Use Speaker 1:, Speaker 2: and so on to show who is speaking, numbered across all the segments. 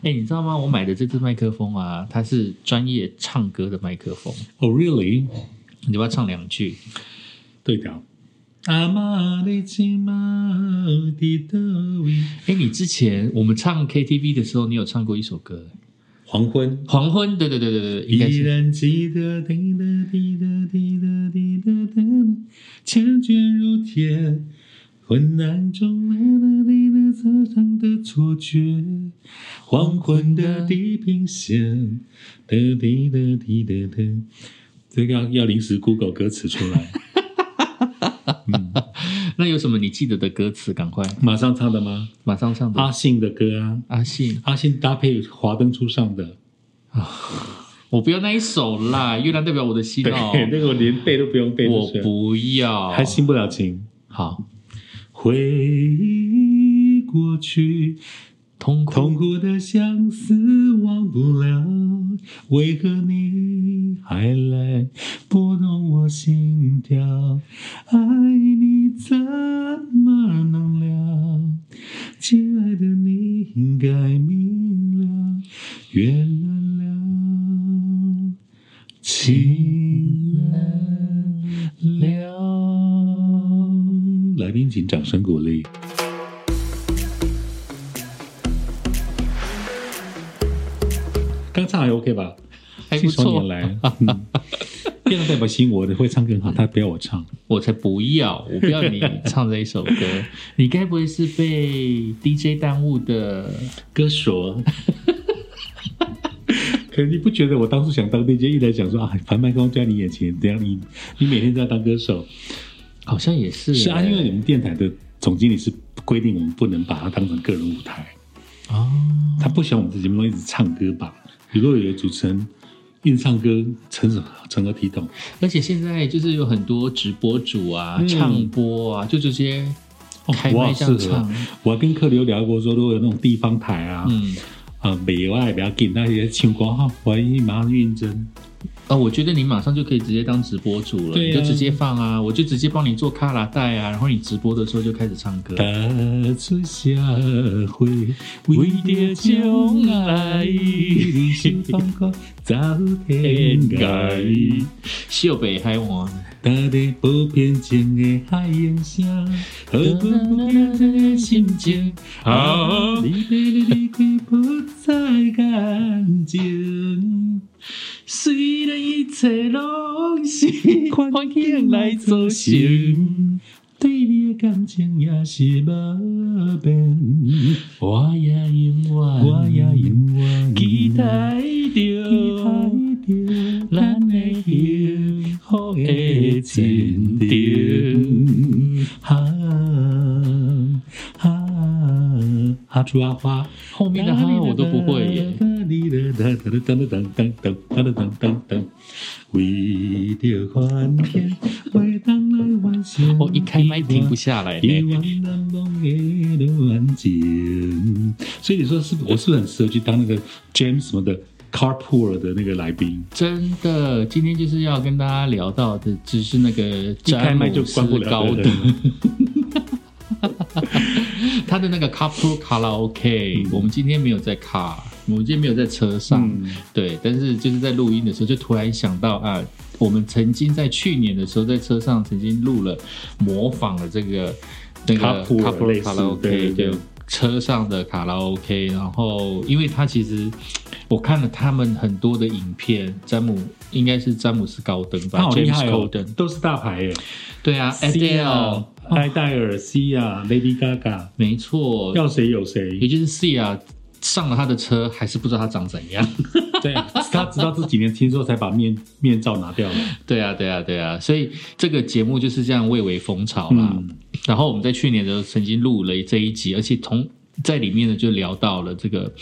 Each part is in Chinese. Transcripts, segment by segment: Speaker 1: 哎、你知道吗？我买的这支麦克风啊，它是专业唱歌的麦克风。
Speaker 2: 哦、r e a l l y
Speaker 1: 你要不要唱两句？
Speaker 2: 对调。阿妈的亲妈的德维，
Speaker 1: 哎、你之前我们唱 KTV 的时候，你有唱过一首歌
Speaker 2: 黄昏
Speaker 1: 《黄昏》？对对对对对，应该
Speaker 2: 依
Speaker 1: 是。
Speaker 2: 然记得滴答滴答滴答滴答滴答，缱绻如铁，昏暗中啦啦滴答擦伤的错觉，黄昏的地平线，哒滴答滴答哒，这个要要临时 Google 歌词出来，
Speaker 1: 那有什么你记得的歌词？赶快
Speaker 2: 马上唱的吗？
Speaker 1: 马上唱吧。
Speaker 2: 阿信的歌啊，
Speaker 1: 阿信，
Speaker 2: 阿信搭配《华灯初上》的，
Speaker 1: 我不要那一首啦，《月亮代表我的心》
Speaker 2: 对，
Speaker 1: 哦，
Speaker 2: 那个我连背都不用背，
Speaker 1: 我
Speaker 2: 就是
Speaker 1: 不要。
Speaker 2: 还信不了情。
Speaker 1: 好，
Speaker 2: 回忆过去，
Speaker 1: 痛苦。
Speaker 2: 痛苦的相思忘不了，为何你还来拨动我心跳？爱你怎么能了？亲爱的，你应该明了，原谅了，情难了。来宾请掌声鼓励。刚唱还 OK 吧？
Speaker 1: 还不
Speaker 2: 信手
Speaker 1: 错
Speaker 2: 拈， 来。嗯月亮代表心，我的会唱更好，他不要我唱。
Speaker 1: 我才不要，我不 要你唱这一首歌。你该不会是被 DJ 耽误的？
Speaker 2: 歌手， 可你不觉得我当初想当 DJ，一来想说啊，盘麦克风在你眼前，这样你你每天都要当歌手，
Speaker 1: 好像也是、
Speaker 2: 是啊，
Speaker 1: 欸
Speaker 2: 因为你们电台的总经理是规定我们不能把它当成个人舞台，
Speaker 1: 哦，
Speaker 2: 他不喜欢我们在节目中一直唱歌吧？如果有个主持人一直唱歌，成成何体统？
Speaker 1: 而且现在就是有很多直播主啊、
Speaker 2: 嗯
Speaker 1: 唱播啊，就直接
Speaker 2: 哦
Speaker 1: 开麦这样唱。
Speaker 2: 我还跟客流聊过说，如果有那种地方台啊，
Speaker 1: 嗯，
Speaker 2: 啊，美外不要紧，啊那些情况哈，怀疑马上运真。
Speaker 1: 啊，我觉得你马上就可以直接当直播主了，
Speaker 2: 对啊
Speaker 1: 你就直接放啊，我就直接帮你做卡拉带啊，然后你直播的时候就开始唱歌。
Speaker 2: 踏出社会，为着将来，人生放宽走天涯。
Speaker 1: 秀北海王，
Speaker 2: 踏在无边情的海洋声，何不不变的心情？啊，
Speaker 1: 好
Speaker 2: 你别离开，不再感情。
Speaker 1: 虽然一切拢是环境来造
Speaker 2: 做
Speaker 1: 成。
Speaker 2: 成，对你的感情也是无变，
Speaker 1: 我也永远，
Speaker 2: 我也永远
Speaker 1: 期待着
Speaker 2: 期待着
Speaker 1: 咱
Speaker 2: 咱
Speaker 1: 的
Speaker 2: 的
Speaker 1: 幸
Speaker 2: 幸
Speaker 1: 福
Speaker 2: 福
Speaker 1: 的
Speaker 2: 的
Speaker 1: 情
Speaker 2: 情
Speaker 1: 定
Speaker 2: 定。哈哈哈出阿花，
Speaker 1: 后面的哈我都不会耶。
Speaker 2: 噔噔噔噔噔噔噔噔噔噔，为着翻天，为当来完成。
Speaker 1: 哦我一开麦停不下来
Speaker 2: 一
Speaker 1: 呢。
Speaker 2: 往难忘的恋情。所以你说是不是我是不是很适合去当那个 James 什么的 Carpool 的那个来宾？
Speaker 1: 真的，今天就是要跟大家聊到的，只是那个
Speaker 2: 一开
Speaker 1: 詹
Speaker 2: 麦就
Speaker 1: 姆斯
Speaker 2: 关不了
Speaker 1: 高
Speaker 2: 的
Speaker 1: 地，他的那个 couple 卡拉 OK，、
Speaker 2: 嗯
Speaker 1: 我们今天没有在卡，我们今天没有在车上，
Speaker 2: 嗯
Speaker 1: 对，但是就是在录音的时候，就突然想到啊，我们曾经在去年的时候在车上曾经录了模仿了这个那个
Speaker 2: Carpool，类
Speaker 1: couple
Speaker 2: 似
Speaker 1: 卡拉 OK，
Speaker 2: 对对对
Speaker 1: 车上的卡拉 OK，然后因为他其实我看了他们很多的影片，詹姆应该是詹姆斯高登吧
Speaker 2: 他好厉害
Speaker 1: ，James
Speaker 2: 哦
Speaker 1: Golden，，
Speaker 2: 都是大牌耶
Speaker 1: 对啊
Speaker 2: Sia
Speaker 1: ，Adele，
Speaker 2: 艾戴尔、Sia、Lady Gaga，
Speaker 1: 没错，
Speaker 2: 要谁有
Speaker 1: 也
Speaker 2: 谁。
Speaker 1: 就是 Sia 上了他的车，还是不知道他长怎样。
Speaker 2: 对，
Speaker 1: 啊
Speaker 2: 他直到这几年听说才把面面罩拿掉了。
Speaker 1: 对啊，对啊，对啊，所以这个节目就是这样蔚为风潮啦。
Speaker 2: 嗯
Speaker 1: 然后我们在去年的时候曾经录了这一集，而且同在里面呢就聊到了这个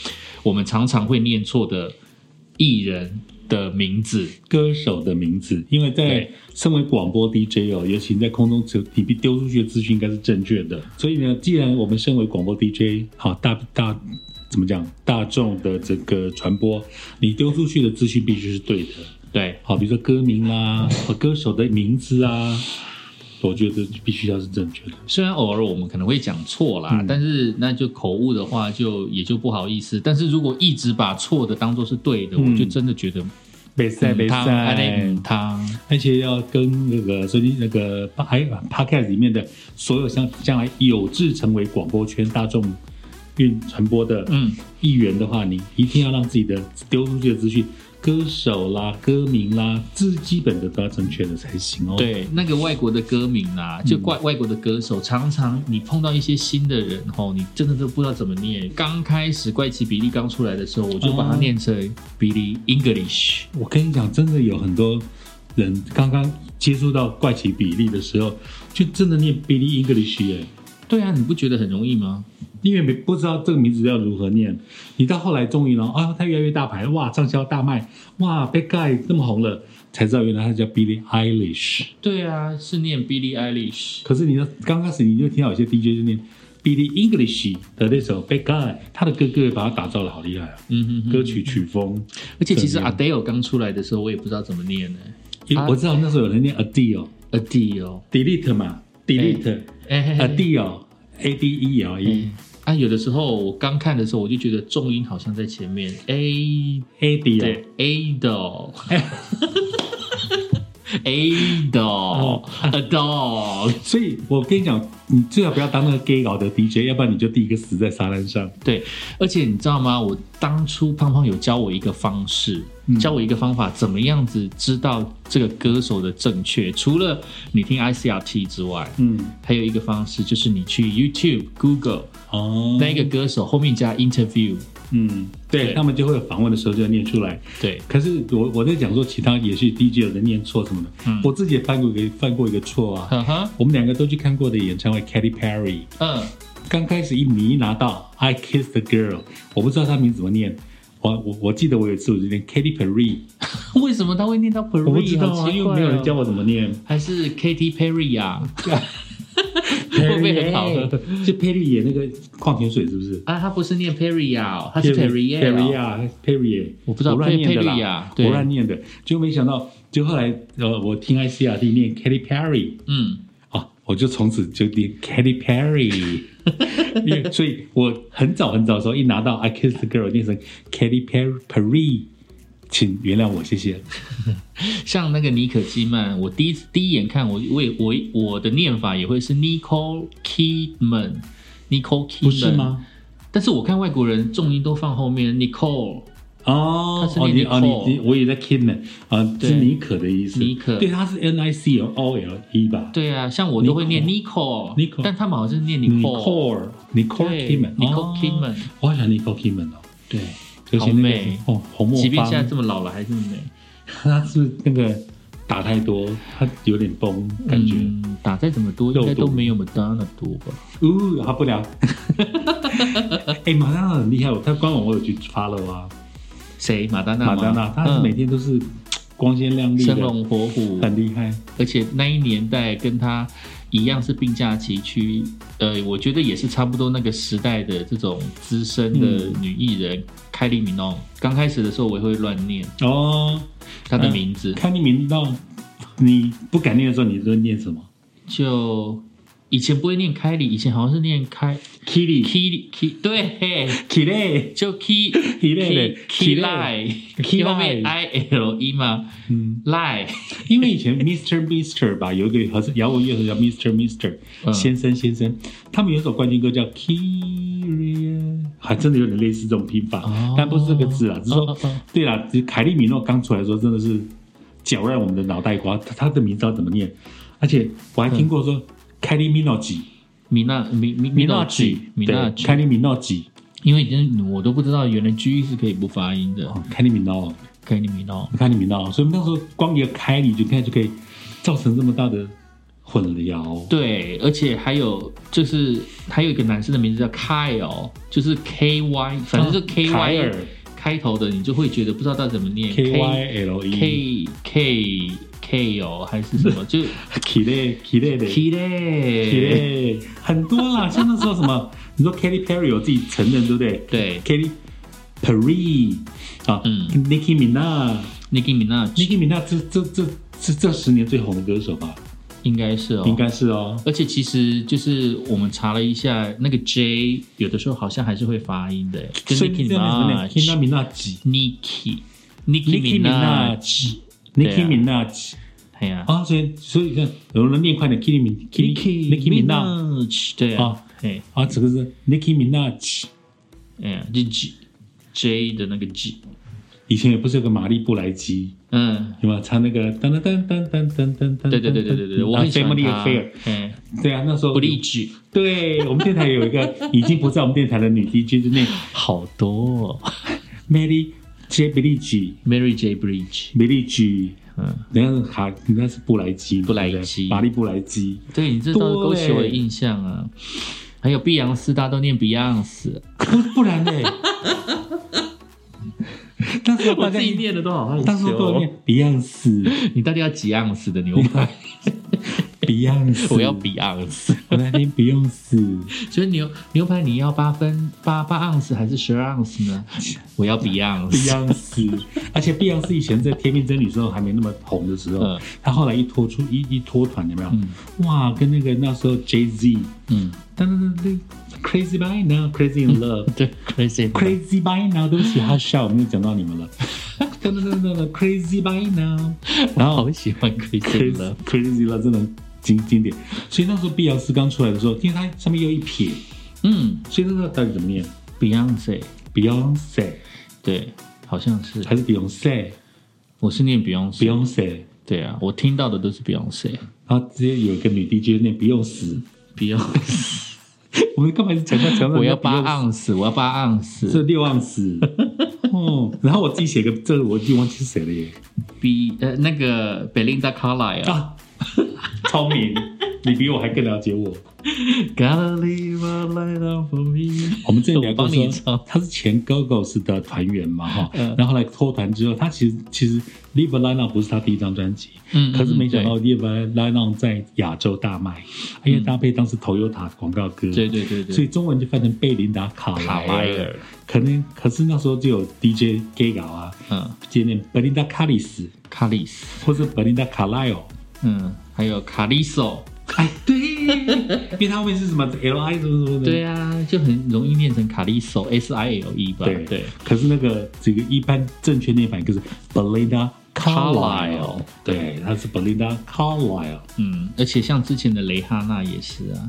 Speaker 1: 我们常常会念错的艺人的名字。
Speaker 2: 歌手的名字，因为在
Speaker 1: 对
Speaker 2: 身为广播 DJ 哦，尤其你在空中只你丢出去的资讯应该是正确的。所以呢，既然我们身为广播 DJ，好大大怎么讲，大众的这个传播，你丢出去的资讯必须是对的。
Speaker 1: 对，
Speaker 2: 哦好，比如说歌名啦、啊，歌手的名字啊，我觉得必须要是正确的。
Speaker 1: 虽然偶尔我们可能会讲错啦，
Speaker 2: 嗯
Speaker 1: 但是那就口误的话就，也就不好意思。但是如果一直把错的当做是对的，
Speaker 2: 嗯
Speaker 1: 我就真的觉得
Speaker 2: 北赛北
Speaker 1: 他哎
Speaker 2: 赛，
Speaker 1: 他
Speaker 2: 嗯而且要跟那个所以那个还有 podcast 里面的所有像将来有志成为广播圈大众运传播的
Speaker 1: 嗯
Speaker 2: 议员的话，你一定要让自己的丢出去的资讯，歌手啦、歌名啦，最基本的都要正确的才行哦。，
Speaker 1: 对，那个外国的歌名啊，就怪外国的歌手，常常你碰到一些新的人吼，你真的都不知道怎么念。刚开始怪奇比利刚出来的时候，我就把它
Speaker 2: 哦
Speaker 1: 念成 Billy English。
Speaker 2: 我跟你讲，真的有很多人刚刚接触到怪奇比例的时候，就真的念 Billy English 耶、
Speaker 1: 对啊，你不觉得很容易吗？
Speaker 2: 因为没不知道这个名字要如何念，你到后来终于了啊，他越来越大牌，哇，畅销大卖，哇，被盖那么红了，才知道原来他叫 Billie Eilish。
Speaker 1: 对啊，是念 Billy Eilish。
Speaker 2: 可是你呢，刚开始你就听到有些 DJ 就念 Billie English 的那首 Bad Guy，他的哥哥也把他打造的好厉害啊，
Speaker 1: 嗯哼哼
Speaker 2: 歌曲曲风，
Speaker 1: 而且其实
Speaker 2: 可怜
Speaker 1: Adele 刚出来的时候，我也不知道怎么念呢、
Speaker 2: 因为
Speaker 1: 啊
Speaker 2: 我知道那时候有人念 Adele，delete
Speaker 1: Adele，
Speaker 2: 嘛，delete
Speaker 1: 哎、嘿嘿
Speaker 2: Adele，A 哦 D E L
Speaker 1: 嘿
Speaker 2: E
Speaker 1: 啊，有的时候我刚看的时候，我就觉得重音好像在前面，A
Speaker 2: Adele，
Speaker 1: 对 Adele，Adele，Adele，
Speaker 2: 嗯所以我跟你讲，你最好不要当那个 gay 佬的 DJ，要不然你就第一个死在沙滩上。
Speaker 1: 对，而且你知道吗？我当初胖胖有教我一个方式，
Speaker 2: 嗯
Speaker 1: 教我一个方法，怎么样子知道这个歌手的正确？除了你听 ICRT 之外，
Speaker 2: 嗯，
Speaker 1: 还有一个方式就是你去 YouTube、Google
Speaker 2: 哦，
Speaker 1: 那一个歌手后面加 interview，
Speaker 2: 嗯，对
Speaker 1: 对
Speaker 2: 他们就会有访问的时候就念出来。
Speaker 1: 对，
Speaker 2: 可是我我在讲说，其他也是 DJ 有人念错什么的，
Speaker 1: 嗯
Speaker 2: 我自己也犯过一个犯过一个错啊。
Speaker 1: 哈哈，
Speaker 2: 我们两个都去看过的演唱会，Katy Perry
Speaker 1: 嗯，
Speaker 2: 刚开始一你一拿到 I Kissed a Girl，我不知道他名字怎么念。我我我记得我有一次我就念 Katy Perry，
Speaker 1: 为什么他会念到 Perry？
Speaker 2: 我不知道
Speaker 1: 好
Speaker 2: 啊，
Speaker 1: 奇
Speaker 2: 因
Speaker 1: 怪哦
Speaker 2: 为没有人教我怎么念。
Speaker 1: 还是 Katy Perry 呀、 会不会很好喝？
Speaker 2: 就 Perry 演那个矿泉水是不是？
Speaker 1: 啊，他不是念 Perry 呀、哦，他是哦 Perry 呀、
Speaker 2: Perry 啊，Perry，
Speaker 1: 我不知道
Speaker 2: 我乱念的
Speaker 1: Perry
Speaker 2: 啦
Speaker 1: 啊，
Speaker 2: 我
Speaker 1: 对
Speaker 2: 乱念的，就没想到，就后来呃，我听 ICRT 念 Katy Perry
Speaker 1: 嗯，
Speaker 2: 啊，我就从此就念 Katy Perry，因为所以我很早很早的时候一拿到 I Kissed a Girl 念成 Katy Perry Perry，请原谅我，谢谢。
Speaker 1: 像那个妮可基曼，我第一次第一眼看我我也我我的念法也会是 Nicole Kidman，Nicole Kidman
Speaker 2: 不是？吗？
Speaker 1: 但是我看外国人重音都放后面 Nicole，
Speaker 2: 哦
Speaker 1: 他是
Speaker 2: 哦，
Speaker 1: 念
Speaker 2: 你哦
Speaker 1: Nicole
Speaker 2: 你你，我也在 Kidman 啊，
Speaker 1: 对
Speaker 2: 是妮可的意思，
Speaker 1: 妮可
Speaker 2: 对，他是 N I C O L E 吧？
Speaker 1: 对啊，像我都会念 Nicole，,
Speaker 2: Nicole
Speaker 1: 但他们好像是念 Nicole，,
Speaker 2: Nicole Nicole
Speaker 1: 对
Speaker 2: Kidman
Speaker 1: Nicole
Speaker 2: 哦
Speaker 1: Kidman
Speaker 2: 我好喜欢 Nicole Kidman 哦，
Speaker 1: 对，
Speaker 2: 尤
Speaker 1: 好
Speaker 2: 其那个
Speaker 1: 美
Speaker 2: 哦红墨
Speaker 1: 即便现在
Speaker 2: 方，
Speaker 1: 这么老了还这么美，
Speaker 2: 他是那个打太多，他有点崩感觉，
Speaker 1: 嗯、打再怎么多，应该都没有 Madonna 多吧？
Speaker 2: 呜他不聊。 哎，马丹娜很厉害，他官网我有去 follow 啊，
Speaker 1: 谁？马丹娜吗？
Speaker 2: 马丹娜，她
Speaker 1: 嗯
Speaker 2: 每天都是光鲜亮丽
Speaker 1: 生
Speaker 2: 的，
Speaker 1: 龙活虎，
Speaker 2: 很厉害。
Speaker 1: 而且那一年代跟他一样是并驾齐驱，呃，我觉得也是差不多那个时代的这种资深的女艺
Speaker 2: 嗯
Speaker 1: 人凯莉米诺。刚开始的时候我也会乱念
Speaker 2: 哦，
Speaker 1: 她的名字，
Speaker 2: 看你名到你不敢念的时候，你都念什么
Speaker 1: 就以前不会念凯莉，以前好像是念开
Speaker 2: ？Kitty
Speaker 1: Kitty K，对，嘿
Speaker 2: Kitty，
Speaker 1: 就 K
Speaker 2: Key-
Speaker 1: K
Speaker 2: Key-
Speaker 1: Lie，后面 I L E 嘛
Speaker 2: 嗯。
Speaker 1: ，Lie，
Speaker 2: 因为以前 Mr. Mister 吧，有一个和摇滚乐手叫 Mr. Mister、
Speaker 1: 嗯
Speaker 2: 先生先生，他们有一首冠军歌叫 Kyria，还真的有点类似这种拼法，
Speaker 1: 哦
Speaker 2: 但不是这个字啦，啊只是说，
Speaker 1: 哦哦哦
Speaker 2: 对啦，就凯利米诺刚出来的时候真的是搅乱我们的脑袋瓜，他他的名字要怎么念？而且我还听过
Speaker 1: 嗯
Speaker 2: 说凯利米诺吉，
Speaker 1: 米娜米米米娜吉米
Speaker 2: 对
Speaker 1: 娜吉，
Speaker 2: 凯利米诺吉，
Speaker 1: 因为已经我都不知道原来 G E 是可以不发音的。
Speaker 2: 哦凯利米诺，
Speaker 1: 可以，你米诺。
Speaker 2: 凯利米诺，所以那时候光一个凯利就看就可以造成这么大的混淆。
Speaker 1: 对，而且还有就是还有一个男生的名字叫 Kyle，就是 K Y，反
Speaker 2: 啊
Speaker 1: 正就 K
Speaker 2: 凯
Speaker 1: Y
Speaker 2: 尔
Speaker 1: 开头的，你就会觉得不知道他怎么念
Speaker 2: K Y L E
Speaker 1: K K K 哦还是什么， 就
Speaker 2: k i l e k i l e 的 k
Speaker 1: K
Speaker 2: i
Speaker 1: y
Speaker 2: l e 很多啦，像那时候什么，你说 Katy Perry 有自己承认对不对
Speaker 1: 对
Speaker 2: ？Katy Perry 啊，
Speaker 1: 嗯
Speaker 2: n i c k y
Speaker 1: ，Nicki
Speaker 2: Minaj，Nicki
Speaker 1: Minaj，
Speaker 2: Minaj 这这这这这十年最红的歌手吧，
Speaker 1: 应该是哦，
Speaker 2: 应该是哦。
Speaker 1: 而且其实就是我们查了一下，那个 J 有的时候好像还是会发音的，就
Speaker 2: 所
Speaker 1: Nicki
Speaker 2: 以这样子呢
Speaker 1: Minaj、
Speaker 2: ，Nicki Minaj，Nicki
Speaker 1: Nicki Nicki Minaj，对
Speaker 2: Minaj，Nicki
Speaker 1: 啊
Speaker 2: Minaj。
Speaker 1: 哎呀
Speaker 2: 啊，所以所以你看，有人念快点，Nicki Minaj，Nicki
Speaker 1: ，Nicki
Speaker 2: Minaj。
Speaker 1: Minaj，对啊
Speaker 2: 啊，
Speaker 1: 哎
Speaker 2: 啊，这个是 Nicki Minaj，
Speaker 1: 哎呀，就 G J 的那个 G，
Speaker 2: 以前也不是有个玛丽布莱基，
Speaker 1: 嗯，
Speaker 2: 有没有唱那个噔噔噔噔噔噔噔噔？
Speaker 1: 对对对对对对，我很喜欢
Speaker 2: Family
Speaker 1: 他
Speaker 2: Affair，，
Speaker 1: 哎
Speaker 2: 对啊，那时候
Speaker 1: ，Bleach
Speaker 2: 对我们电台有一个已经不在我们电台的女 DJ，就那
Speaker 1: 好多哦
Speaker 2: Mary J Blige，Blige，
Speaker 1: ，Mary J Bleach，嗯，
Speaker 2: 人家卡人家是布莱基，
Speaker 1: 布莱基
Speaker 2: 对不对玛丽布莱基，
Speaker 1: 对你这倒是勾起我
Speaker 2: 多
Speaker 1: 的
Speaker 2: 嘞
Speaker 1: 印象啊。还有碧昂斯，大家都念 Beyonce，
Speaker 2: 不不然呢？当时
Speaker 1: 我
Speaker 2: 大
Speaker 1: 自
Speaker 2: 家
Speaker 1: 己念的都好害羞哦。
Speaker 2: 当时都有念 Beyonce，Beyonce，
Speaker 1: 你到底要几盎司的牛排？ 我要比盎司。
Speaker 2: 我那天不用死，
Speaker 1: 所以牛牛排你要八分八八盎司还是十二盎司呢？我要比盎
Speaker 2: 不
Speaker 1: 司。
Speaker 2: 用死。 而且碧昂斯以前在《天命真女》时候还没那么红的时候，
Speaker 1: 嗯
Speaker 2: 她后来一脱出一一脱团有没有？哇，跟那个那时候 Jay Z，
Speaker 1: 嗯，
Speaker 2: 噔噔噔噔，Crazy by Now，Crazy in Love。
Speaker 1: 对，crazy
Speaker 2: Crazy by now，对不起，哈笑，我没有讲到你们了。 噔噔噔噔噔，Crazy by now，然
Speaker 1: 我
Speaker 2: 后
Speaker 1: 好喜欢 crazy
Speaker 2: Crazy
Speaker 1: 了。
Speaker 2: Crazy Love 真的很经经典。所以那时候碧昂斯刚出来的时候，因为它上面又一撇，
Speaker 1: 嗯
Speaker 2: 所以那时候到底怎么念
Speaker 1: ，Beyonce，
Speaker 2: ？Beyonce
Speaker 1: 对，好像是，
Speaker 2: 还是 Beyonce？
Speaker 1: 我是念 Beyonce。
Speaker 2: Beyonce，
Speaker 1: 对啊，我听到的都是 Beyonce。
Speaker 2: 然后直接有一个女 DJ 念 Beyonce，
Speaker 1: Beyonce，
Speaker 2: 我们干嘛一直强调强调？
Speaker 1: 我 要八，盎司，我要八盎
Speaker 2: 是
Speaker 1: 司。
Speaker 2: 六 盎司。哦，然后我自己写个，这个我已经忘记是谁了耶。
Speaker 1: B 呃，那个 Belinda Carlisle。
Speaker 2: 啊， 聪明，你比我还更了解我。
Speaker 1: Gotta leave a light on for me。
Speaker 2: 我们之前聊
Speaker 1: 我
Speaker 2: 过
Speaker 1: 帮你
Speaker 2: 说
Speaker 1: 唱，
Speaker 2: 他是前 GoGo's 的团员嘛哈，
Speaker 1: 嗯
Speaker 2: 然后后来脱团之后，他其实其实 Live a Line On 不是他第一张专辑，
Speaker 1: 嗯
Speaker 2: 可是没想
Speaker 1: 嗯对
Speaker 2: 到 Live a Line On 在亚洲大卖，因为搭配当时 Toyota 的广告歌，
Speaker 1: 嗯对对对对，
Speaker 2: 所以中文就翻成贝琳达卡
Speaker 1: 卡
Speaker 2: 莱
Speaker 1: 莱
Speaker 2: 尔
Speaker 1: 尔。
Speaker 2: 可能可是那时候就有 DJ gay 搞啊，
Speaker 1: 嗯，
Speaker 2: 接念 Belinda Carlis
Speaker 1: 卡里斯，
Speaker 2: 或是 Belinda Carlisle，
Speaker 1: 嗯，还有卡里索，
Speaker 2: 哎，对， 因为它后面是什么 L I 什么什么的，
Speaker 1: 对啊，就很容易念成卡里索 S I L E 吧？
Speaker 2: 对
Speaker 1: 对，
Speaker 2: 可是那个这个一般正确念法应该是 Belinda Carlisle，
Speaker 1: Carlisle
Speaker 2: 对，它是 Belinda Carlisle
Speaker 1: 嗯，而且像之前的蕾哈娜也是啊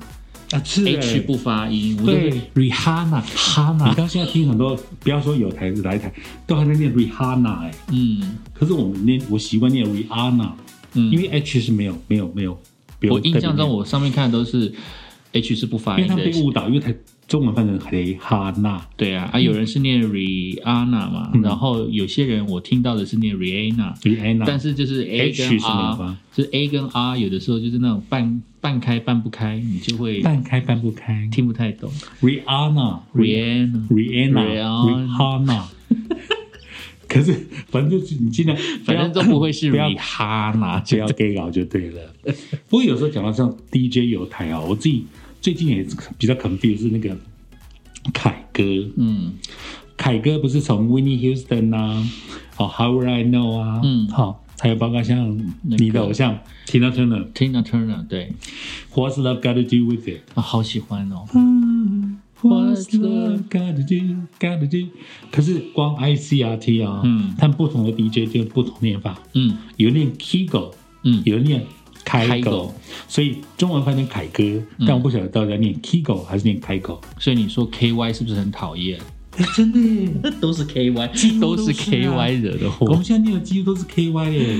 Speaker 2: 啊，是
Speaker 1: ，H
Speaker 2: 欸
Speaker 1: 不发音，我都是
Speaker 2: 对
Speaker 1: Rihanna 哈
Speaker 2: 你
Speaker 1: 娜，
Speaker 2: 到现在听很多，不要说有台来台，都还在念 Rihanna 哎、
Speaker 1: 嗯
Speaker 2: 可是我们念我习惯念 Rihanna，、
Speaker 1: 嗯，
Speaker 2: 因为 H 是没有没有没有，没有
Speaker 1: 我印象
Speaker 2: 在里面
Speaker 1: 中我上面看的都是 H 是不发
Speaker 2: 因
Speaker 1: 音
Speaker 2: 为他被
Speaker 1: 的。
Speaker 2: 误导，因为他中文翻成蕾哈娜，
Speaker 1: 对啊，啊，有人是念 Rihanna 嘛，
Speaker 2: 嗯
Speaker 1: 然后有些人我听到的是念 Rihanna，
Speaker 2: 蕾安娜。
Speaker 1: 但是就是 A
Speaker 2: H
Speaker 1: 跟
Speaker 2: 是哪方
Speaker 1: R，就是 A 跟 R 有的时候就是那种半半开半不开，你就会
Speaker 2: 半开半不开
Speaker 1: 听不太懂。
Speaker 2: ，Rihanna、
Speaker 1: Rihanna，
Speaker 2: Rihanna、
Speaker 1: Rihanna
Speaker 2: Rihanna。可是，反正就是你尽量，
Speaker 1: 反正都不会是
Speaker 2: 不要
Speaker 1: Rihanna，
Speaker 2: 不
Speaker 1: 就
Speaker 2: 要 gay 搞就对了。不过有时候讲到像 DJ 有台啊，我自己最近也比较 confused 是那个凯哥，
Speaker 1: 嗯
Speaker 2: 凯哥不是从 Winnie Houston 啊，哦 How Would I Know 啊，
Speaker 1: 嗯
Speaker 2: 好，还有包括像
Speaker 1: 那
Speaker 2: 你的
Speaker 1: 个
Speaker 2: 偶像 Tina Turner。
Speaker 1: ，Tina Turner，对
Speaker 2: What's love got to do with it？
Speaker 1: 啊，好喜欢哦。
Speaker 2: 嗯 What's love got to do got to do？可是光 I C R T 啊，
Speaker 1: 嗯
Speaker 2: 他们不同的 DJ 就不同念法，
Speaker 1: 嗯
Speaker 2: 有人念 Kigo，
Speaker 1: 嗯
Speaker 2: 有人念
Speaker 1: 开
Speaker 2: 开狗
Speaker 1: 狗，
Speaker 2: 所以中文翻成凯歌，但我不晓得到底要念 Kigo 还是念开狗。
Speaker 1: 所以你说 KY 是不是很讨厌？
Speaker 2: 哎，真的耶，
Speaker 1: 都是 KY，
Speaker 2: 乎
Speaker 1: 都
Speaker 2: 都是
Speaker 1: 是
Speaker 2: 啊
Speaker 1: KY 惹的
Speaker 2: 我
Speaker 1: 祸
Speaker 2: 们。现在念的几乎都是 K Y 耶。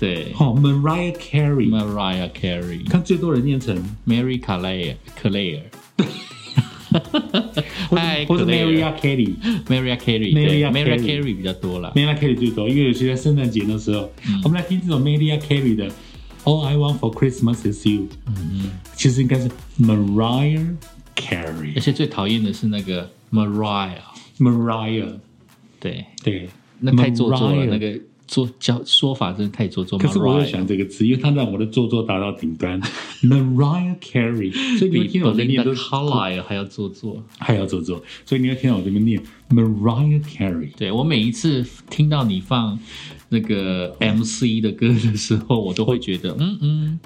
Speaker 1: 对
Speaker 2: 好，Mariah Carey，
Speaker 1: ，Mariah Carey，
Speaker 2: 看最多人念成，
Speaker 1: Mary Claire Claire，
Speaker 2: 或
Speaker 1: 嗨
Speaker 2: 者或者
Speaker 1: Claire
Speaker 2: Mariah Carey。
Speaker 1: Mariah Carey，对
Speaker 2: Mariah
Speaker 1: Mariah
Speaker 2: Carey
Speaker 1: Carey 比较多啦。
Speaker 2: Mariah Carey 最多，因为有些在圣诞节的时候，
Speaker 1: 嗯
Speaker 2: 我们来听这种 Mariah Carey 的 All I Want for Christmas Is You，其
Speaker 1: 嗯
Speaker 2: 实应该是
Speaker 1: 而
Speaker 2: Mariah Carey，Mariah
Speaker 1: 且最讨厌的是那个 Mariah，
Speaker 2: Mariah，
Speaker 1: 对，
Speaker 2: 对，
Speaker 1: 那太做作了，
Speaker 2: Mariah
Speaker 1: 那个做叫说法真的太做作。
Speaker 2: 可是我又
Speaker 1: Mariah
Speaker 2: 想这个词，因为它让我的做作达到顶 端。Mariah Carey，所以你会
Speaker 1: 比
Speaker 2: 听到我这
Speaker 1: Belinda
Speaker 2: 念都
Speaker 1: Carlisle 还要做作。
Speaker 2: 还要做作，所以你会听到我这边念 Mariah Carey。
Speaker 1: 对我每一次听到你放那个 MC 的歌的时候，我都会觉得，嗯嗯，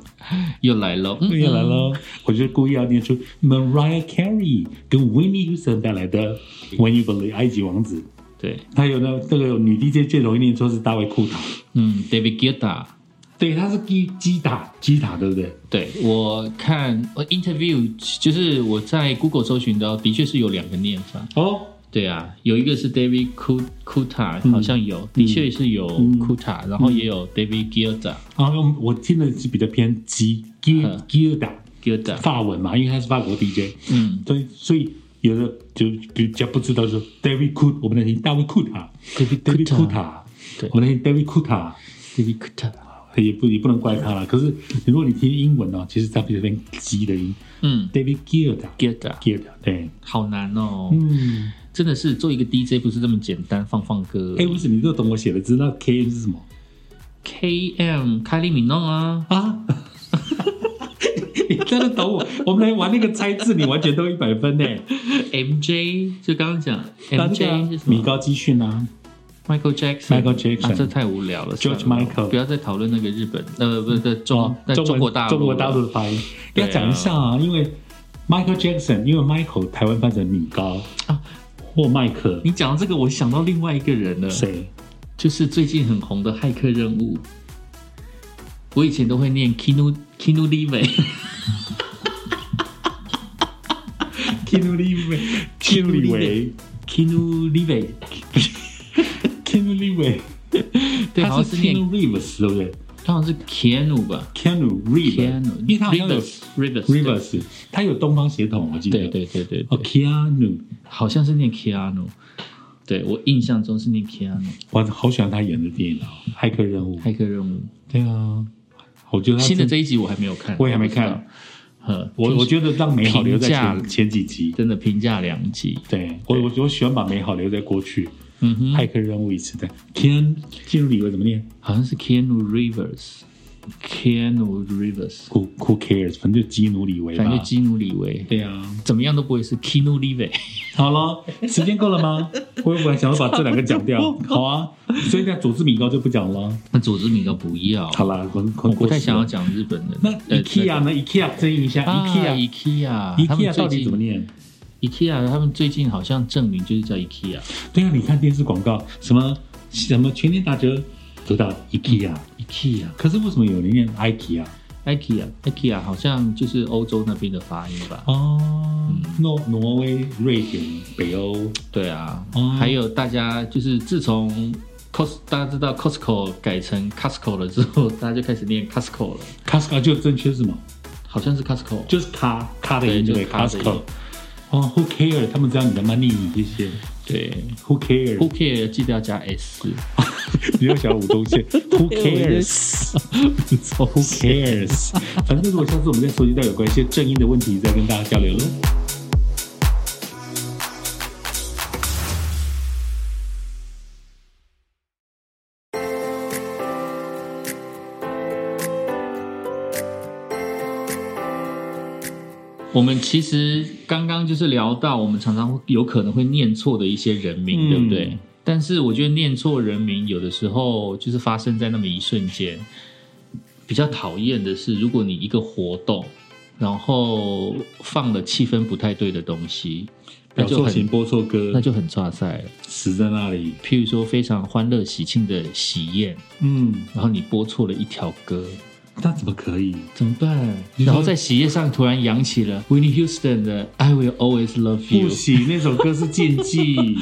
Speaker 1: 又来了，嗯
Speaker 2: 又来。喽！我就故意要念出 Mariah Carey 跟 Whitney Houston 带来的《When You Believe》埃及王子，
Speaker 1: 嗯对，
Speaker 2: 还有呢，这个女 DJ 最容易念错是大卫库塔，
Speaker 1: 嗯，David Guetta。
Speaker 2: 对，她是基基塔基塔，对不对？
Speaker 1: 对我看我 interview 就是我在 Google 搜寻到，的确是有两个念法。
Speaker 2: 哦，
Speaker 1: 对啊，有一个是 David Ku- Kuta，好
Speaker 2: 嗯
Speaker 1: 像有，的确是有 Kuta，、然后也有 David Gilda
Speaker 2: 然后哦我听的是比较偏基基
Speaker 1: 嗯
Speaker 2: 基尔达
Speaker 1: Gilda，
Speaker 2: 法文嘛，因为他是法国 DJ，
Speaker 1: 嗯，
Speaker 2: 所以所以有的就比较不知道说 David Coot，我们来听大卫库塔
Speaker 1: David
Speaker 2: ，David
Speaker 1: Kuta
Speaker 2: 库塔，
Speaker 1: 对
Speaker 2: 我们来听 David 库塔。
Speaker 1: David Kuta，
Speaker 2: 也不也不能怪他了。可是如果你听英文哦，其实它比较偏鸡的音
Speaker 1: 嗯
Speaker 2: ，David Gilda
Speaker 1: ，Gilda，
Speaker 2: Gilda 对，
Speaker 1: 好难哦，
Speaker 2: 嗯，
Speaker 1: 真的是做一个 DJ 不是这么简单，放放歌。
Speaker 2: 哎，不是，你都懂我写的，知道 K 是什么
Speaker 1: KM 凯利米诺啊，
Speaker 2: 啊？ 你真的懂我？我们来玩那个猜字，你完全都一百分呢。
Speaker 1: MJ 就刚刚讲 MJ 是什
Speaker 2: 啊米
Speaker 1: 么
Speaker 2: 高基逊啊，
Speaker 1: ？Michael Jackson。
Speaker 2: Michael Jackson
Speaker 1: 啊这太无聊了。
Speaker 2: George
Speaker 1: 算了
Speaker 2: Michael
Speaker 1: 不要再讨论那个日本，呃，不是中
Speaker 2: 哦，
Speaker 1: 在
Speaker 2: 中
Speaker 1: 中
Speaker 2: 文
Speaker 1: 国大陆啊了，
Speaker 2: 中国大陆的发音
Speaker 1: 对
Speaker 2: 要
Speaker 1: 啊
Speaker 2: 讲一下啊，因为 Michael Jackson，因为 Michael 台湾翻成米高
Speaker 1: 啊
Speaker 2: 或麦克，
Speaker 1: 你讲到这个，我想到另外一个人了，
Speaker 2: 谁？
Speaker 1: 就是最近很红的《骇客任务》。我以前都会念 Kinu Kinu l i v e
Speaker 2: Kinu l i v e k i n u l i v e
Speaker 1: Kinu l i v e
Speaker 2: k i n u l i v e
Speaker 1: 对，好
Speaker 2: 他
Speaker 1: 像
Speaker 2: 是
Speaker 1: 是念，
Speaker 2: Keanu Reeves 对不对
Speaker 1: 他好像是 Keanu 吧
Speaker 2: ？Keanu Reeves，
Speaker 1: ？Keanu，
Speaker 2: 因为他好像有
Speaker 1: Rivers Rivers 对
Speaker 2: Reeves，他有东方血统，我记得。
Speaker 1: 对对对对
Speaker 2: 哦
Speaker 1: 对，
Speaker 2: ，Keanu，
Speaker 1: 好像是念 Keanu。对我印象中是念 Keanu《
Speaker 2: 我好喜欢他演的电影哦，《骇客任务》。
Speaker 1: 骇客任务
Speaker 2: 对啊，我觉得》他
Speaker 1: 新的
Speaker 2: 真
Speaker 1: 这一集我还没有看，
Speaker 2: 我也还没
Speaker 1: 不知
Speaker 2: 看，
Speaker 1: 道。呃，
Speaker 2: 我我觉得让美好留在
Speaker 1: 评
Speaker 2: 前
Speaker 1: 价
Speaker 2: 前几集。
Speaker 1: 真的评价两集，
Speaker 2: 对我我我喜欢把美好留在过去，
Speaker 1: 嗯哼
Speaker 2: 《骇客任务》一次的 Keanu Keanu Reeves 怎么念
Speaker 1: 好像是 Keanu Rivers，Keanu Rivers，
Speaker 2: ？Who Who cares？反正就基努里维吧
Speaker 1: 感觉。基努里维
Speaker 2: 对啊，
Speaker 1: 怎么样都不会是 Keanu Rivers。
Speaker 2: 好了，时间够了吗？我本来想要把这两个讲 掉，好啊，所以在佐治米高就不讲了。
Speaker 1: 那佐治米高不要，
Speaker 2: 好啦，我
Speaker 1: 我
Speaker 2: 我
Speaker 1: 不啊太想要。讲日本的。
Speaker 2: 那
Speaker 1: 呃
Speaker 2: IKEA 呢？IKEA 争议一下
Speaker 1: 那个啊 IKEA，
Speaker 2: ，IKEA。
Speaker 1: 他们
Speaker 2: IKEA 到
Speaker 1: 最
Speaker 2: 底怎么
Speaker 1: 近
Speaker 2: 念？
Speaker 1: IKEA 他们最近好像证明就是叫 IKEA。
Speaker 2: 对啊，你看电视广告，什么什么全年打折，都到 IKEA。
Speaker 1: IKEA，IKEA，IKEA
Speaker 2: 可是为什么有人念啊 IKEA？
Speaker 1: 好像就是欧洲那边的发音吧？
Speaker 2: 哦，挪挪威、瑞典、北欧，
Speaker 1: 对啊
Speaker 2: 哦，
Speaker 1: 还有大家就是自从 Cos 大家知道 Costco 改成 Costco 了之后，大家就开始念 Costco 了，
Speaker 2: Costco 就正确是吗？
Speaker 1: 好像是 Costco。
Speaker 2: 就是卡卡的音
Speaker 1: 对
Speaker 2: 对
Speaker 1: 就是卡的音
Speaker 2: ？Costco。哦，Who care？他们知道你的 money 这些
Speaker 1: 对
Speaker 2: ，Who care？
Speaker 1: ，Who care 记得要加 s，
Speaker 2: 比较小五东 线，Who
Speaker 1: 对
Speaker 2: cares？Who cares？反正如果下次我们再收集到有关一些正音的问题，再跟大家交流喽。
Speaker 1: 我们其实刚刚就是聊到，我们常常会有可能会念错的一些人名，
Speaker 2: 嗯
Speaker 1: 对不对？但是我觉得念错人名，有的时候就是发生在那么一瞬间。比较讨厌的是，如果你一个活动，然后放了气氛不太对的东西，那
Speaker 2: 表
Speaker 1: 就
Speaker 2: 错情、
Speaker 1: 很
Speaker 2: 播错歌
Speaker 1: 那，就很差赛了。
Speaker 2: 死在那里。
Speaker 1: 譬如说非常欢乐喜庆的喜宴，
Speaker 2: 嗯，
Speaker 1: 然后你播错了一条歌，
Speaker 2: 那怎么可以？
Speaker 1: 怎么办？
Speaker 2: 你
Speaker 1: 然后
Speaker 2: 说
Speaker 1: 在喜宴上突然扬起了 Winnie Houston 的《I Will Always Love
Speaker 2: 不
Speaker 1: You》。
Speaker 2: 行，那首歌是禁忌。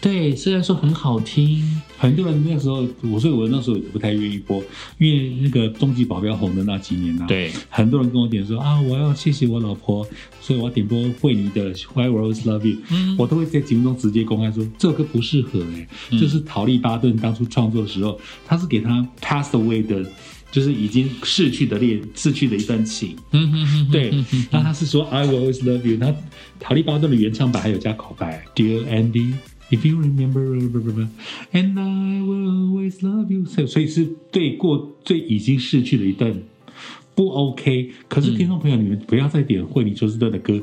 Speaker 1: 对，虽然说很好听，
Speaker 2: 很多人那时候，我所以我那时候也不太愿意播，因为那个《终极保镖》红的那几年啊，，
Speaker 1: 对
Speaker 2: 很多人跟我点说啊，我要谢谢我老婆，所以我要点播惠妮的《Why Will Always Love You》，
Speaker 1: 嗯
Speaker 2: 我都会在节目中直接公开说这首歌不适合哎、
Speaker 1: 嗯
Speaker 2: 这是陶丽巴顿当初创作的时候，他是给他 passed away 的，就是已经逝去的恋逝去的一段情。
Speaker 1: 嗯哼哼，
Speaker 2: 对
Speaker 1: 嗯，
Speaker 2: 然后他是说 I will always love you，然后陶丽巴顿的原唱版还有加口白 Dear Andy。 If you remember, and I will always love you。所以所以是对过对已经逝去的一段不 OK。可是听众朋友，你们不要再点惠妮休斯顿的歌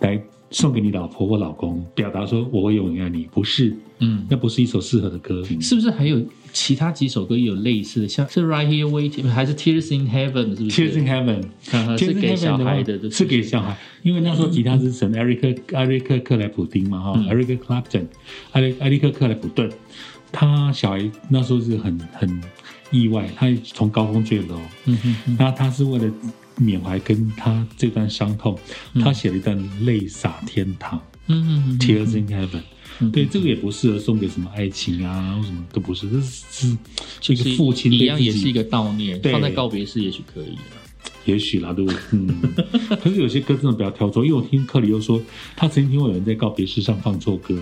Speaker 2: 来送给你老婆或老公，表达说我永远爱你。不是，
Speaker 1: 嗯，
Speaker 2: 那不是一首适合的歌。
Speaker 1: 是不是还有其他几首歌也有类似的？像是 Right Here Waiting，还是 Tears in Heaven，是不是
Speaker 2: Tears in Heaven，
Speaker 1: 呵呵
Speaker 2: Tears
Speaker 1: 是
Speaker 2: in
Speaker 1: 给
Speaker 2: Heaven
Speaker 1: 小
Speaker 2: 的
Speaker 1: 孩
Speaker 2: 话
Speaker 1: 的，对不
Speaker 2: 是给
Speaker 1: 对
Speaker 2: 小孩，因为那时候吉他之神艾瑞克艾瑞克克莱普丁嘛
Speaker 1: 嗯
Speaker 2: 哈，艾瑞克 Clapton，艾瑞艾瑞克克莱普顿，他小孩那时候是很很意外，他从高空坠楼，
Speaker 1: 嗯哼哼
Speaker 2: 那他是为了缅怀跟他这段伤痛，他写了一段泪洒天堂
Speaker 1: 嗯哼哼哼
Speaker 2: ，Tears in Heaven。
Speaker 1: 嗯
Speaker 2: 对，这个也不适合送给什么爱情啊，或什么都不是，这是是
Speaker 1: 就
Speaker 2: 一个
Speaker 1: 是
Speaker 2: 父亲
Speaker 1: 一
Speaker 2: 对
Speaker 1: 样，
Speaker 2: 自
Speaker 1: 也
Speaker 2: 己
Speaker 1: 是一个悼念，
Speaker 2: 对
Speaker 1: 放在告别式也许可以啊。
Speaker 2: 也许啦，对不对？嗯， 可是有些歌真的不要挑错，因为我听克里又说，他曾经听过有人在告别式上放错歌，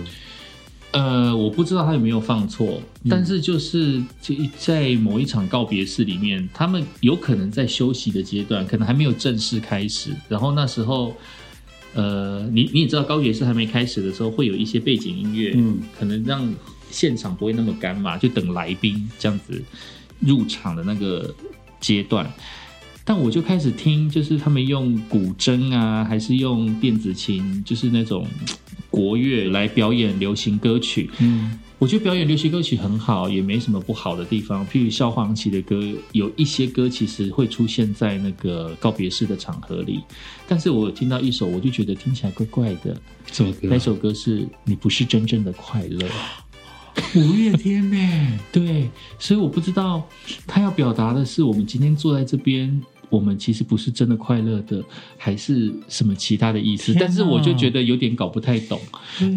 Speaker 1: 呃，我不知道他有没有放错，
Speaker 2: 嗯
Speaker 1: 但是就是就在某一场告别式里面，他们有可能在休息的阶段，可能还没有正式开始。然后那时候，呃，你你也知道，告别式还没开始的时候，会有一些背景音乐，
Speaker 2: 嗯，
Speaker 1: 可能让现场不会那么干嘛，就等来宾这样子入场的那个阶段。但我就开始听，就是他们用古筝啊，还是用电子琴，就是那种嘖国乐来表演流行歌曲。
Speaker 2: 嗯，
Speaker 1: 我觉得表演流行歌曲很好，也没什么不好的地方。譬如萧煌奇的歌，有一些歌其实会出现在那个告别式的场合里。但是我有听到一首，我就觉得听起来怪怪的。
Speaker 2: 什么歌
Speaker 1: 那？首歌是“你不是真正的快乐
Speaker 2: 五月天呢、”。
Speaker 1: 对，所以我不知道他要表达的是，我们今天坐在这边，我们其实不是真的快乐的，还是什么其他的意思？
Speaker 2: 天哪嗯
Speaker 1: 但是我就觉得有点搞不太懂。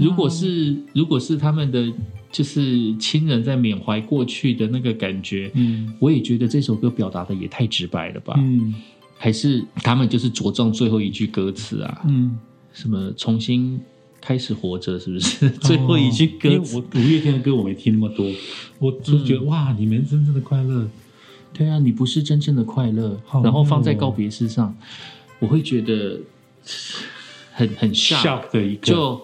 Speaker 1: 如果是如果是他们的就是亲人在缅怀过去的那个感觉，
Speaker 2: 嗯
Speaker 1: 我也觉得这首歌表达的也太直白了吧？
Speaker 2: 嗯
Speaker 1: 还是他们就是着重最后一句歌词啊，
Speaker 2: 嗯，
Speaker 1: 什么重新开始活着，是不
Speaker 2: 哦
Speaker 1: 是？ 最后一句歌词。
Speaker 2: 因为我五月天的歌我没听那么多，我就觉得、哇，你们真正的快乐，
Speaker 1: 对啊，你不是真正的快乐
Speaker 2: 好，
Speaker 1: 然后
Speaker 2: 妙
Speaker 1: 放在
Speaker 2: 哦
Speaker 1: 告别式上，我会觉得很很 shock，
Speaker 2: shock 的一个。
Speaker 1: 就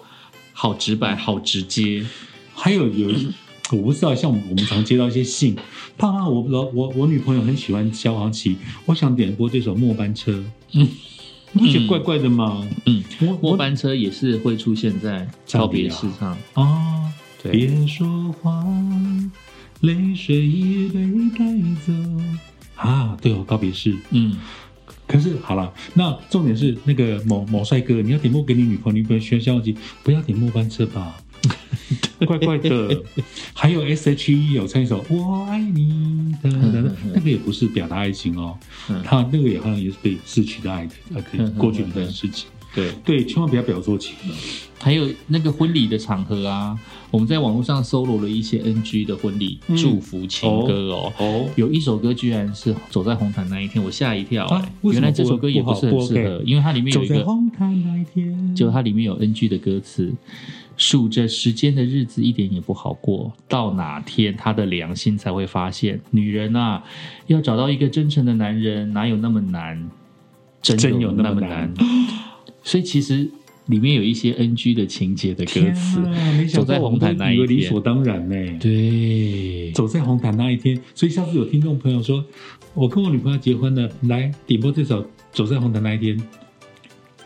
Speaker 1: 好直
Speaker 2: 嗯
Speaker 1: 白，好直接。
Speaker 2: 还有有一， 我不知道，像我们常接到一些信，胖胖，我老我我女朋友很喜欢萧煌奇，我想点播这首《末班车》，嗯，你不觉得怪怪的吗？
Speaker 1: 嗯，
Speaker 2: 我
Speaker 1: 末班车也是会出现在告别式上，
Speaker 2: 啊，
Speaker 1: 对
Speaker 2: 别说话，泪水已被带走啊，对哦，告别式。
Speaker 1: 嗯，
Speaker 2: 可是好了，那重点是那个某某帅哥，你要点播给你女朋友，你不要学萧煌奇，不要点末班车吧。 怪怪的，还有 S H E 有唱一首《我爱你》的，那个也不是表达爱情哦，
Speaker 1: 嗯
Speaker 2: 他那个也好像也是对逝去的爱的，呃，对
Speaker 1: 嗯嗯
Speaker 2: 过去的一段事情。
Speaker 1: 对。
Speaker 2: 对，千万不要表做情了。
Speaker 1: 还有那个婚礼的场合啊，我们在网络上搜罗了一些 NG 的婚礼
Speaker 2: 嗯
Speaker 1: 祝福情歌哦。
Speaker 2: 哦，
Speaker 1: 有一首歌居然是走在红毯那一天，我吓一跳、
Speaker 2: 啊
Speaker 1: 哎
Speaker 2: 为什
Speaker 1: 原
Speaker 2: 么
Speaker 1: 来这首歌也
Speaker 2: 不
Speaker 1: 不是很
Speaker 2: 不好
Speaker 1: 适
Speaker 2: 不 OK
Speaker 1: 合，因为它里面有
Speaker 2: 走
Speaker 1: 一
Speaker 2: 在
Speaker 1: 个
Speaker 2: 红毯那一天，
Speaker 1: 就它里面有 NG 的歌词，数着时间的日子一点也不好过，到哪天他的良心才会发现，女人啊，要找到一个真诚的男人哪有那么难？
Speaker 2: 真有
Speaker 1: 那
Speaker 2: 那么
Speaker 1: 难
Speaker 2: 难？
Speaker 1: 所以其实里面有一些 NG 的情节的歌
Speaker 2: 天
Speaker 1: 词，
Speaker 2: 啊没想
Speaker 1: 走
Speaker 2: 到
Speaker 1: 在
Speaker 2: 我
Speaker 1: 红
Speaker 2: 们都
Speaker 1: 毯那一
Speaker 2: 以为理
Speaker 1: 天
Speaker 2: 所当然呢、
Speaker 1: 对，
Speaker 2: 走在红毯那一天，所以下次有听众朋友说，我跟我女朋友结婚了，来点播这首《走在红毯那一天》，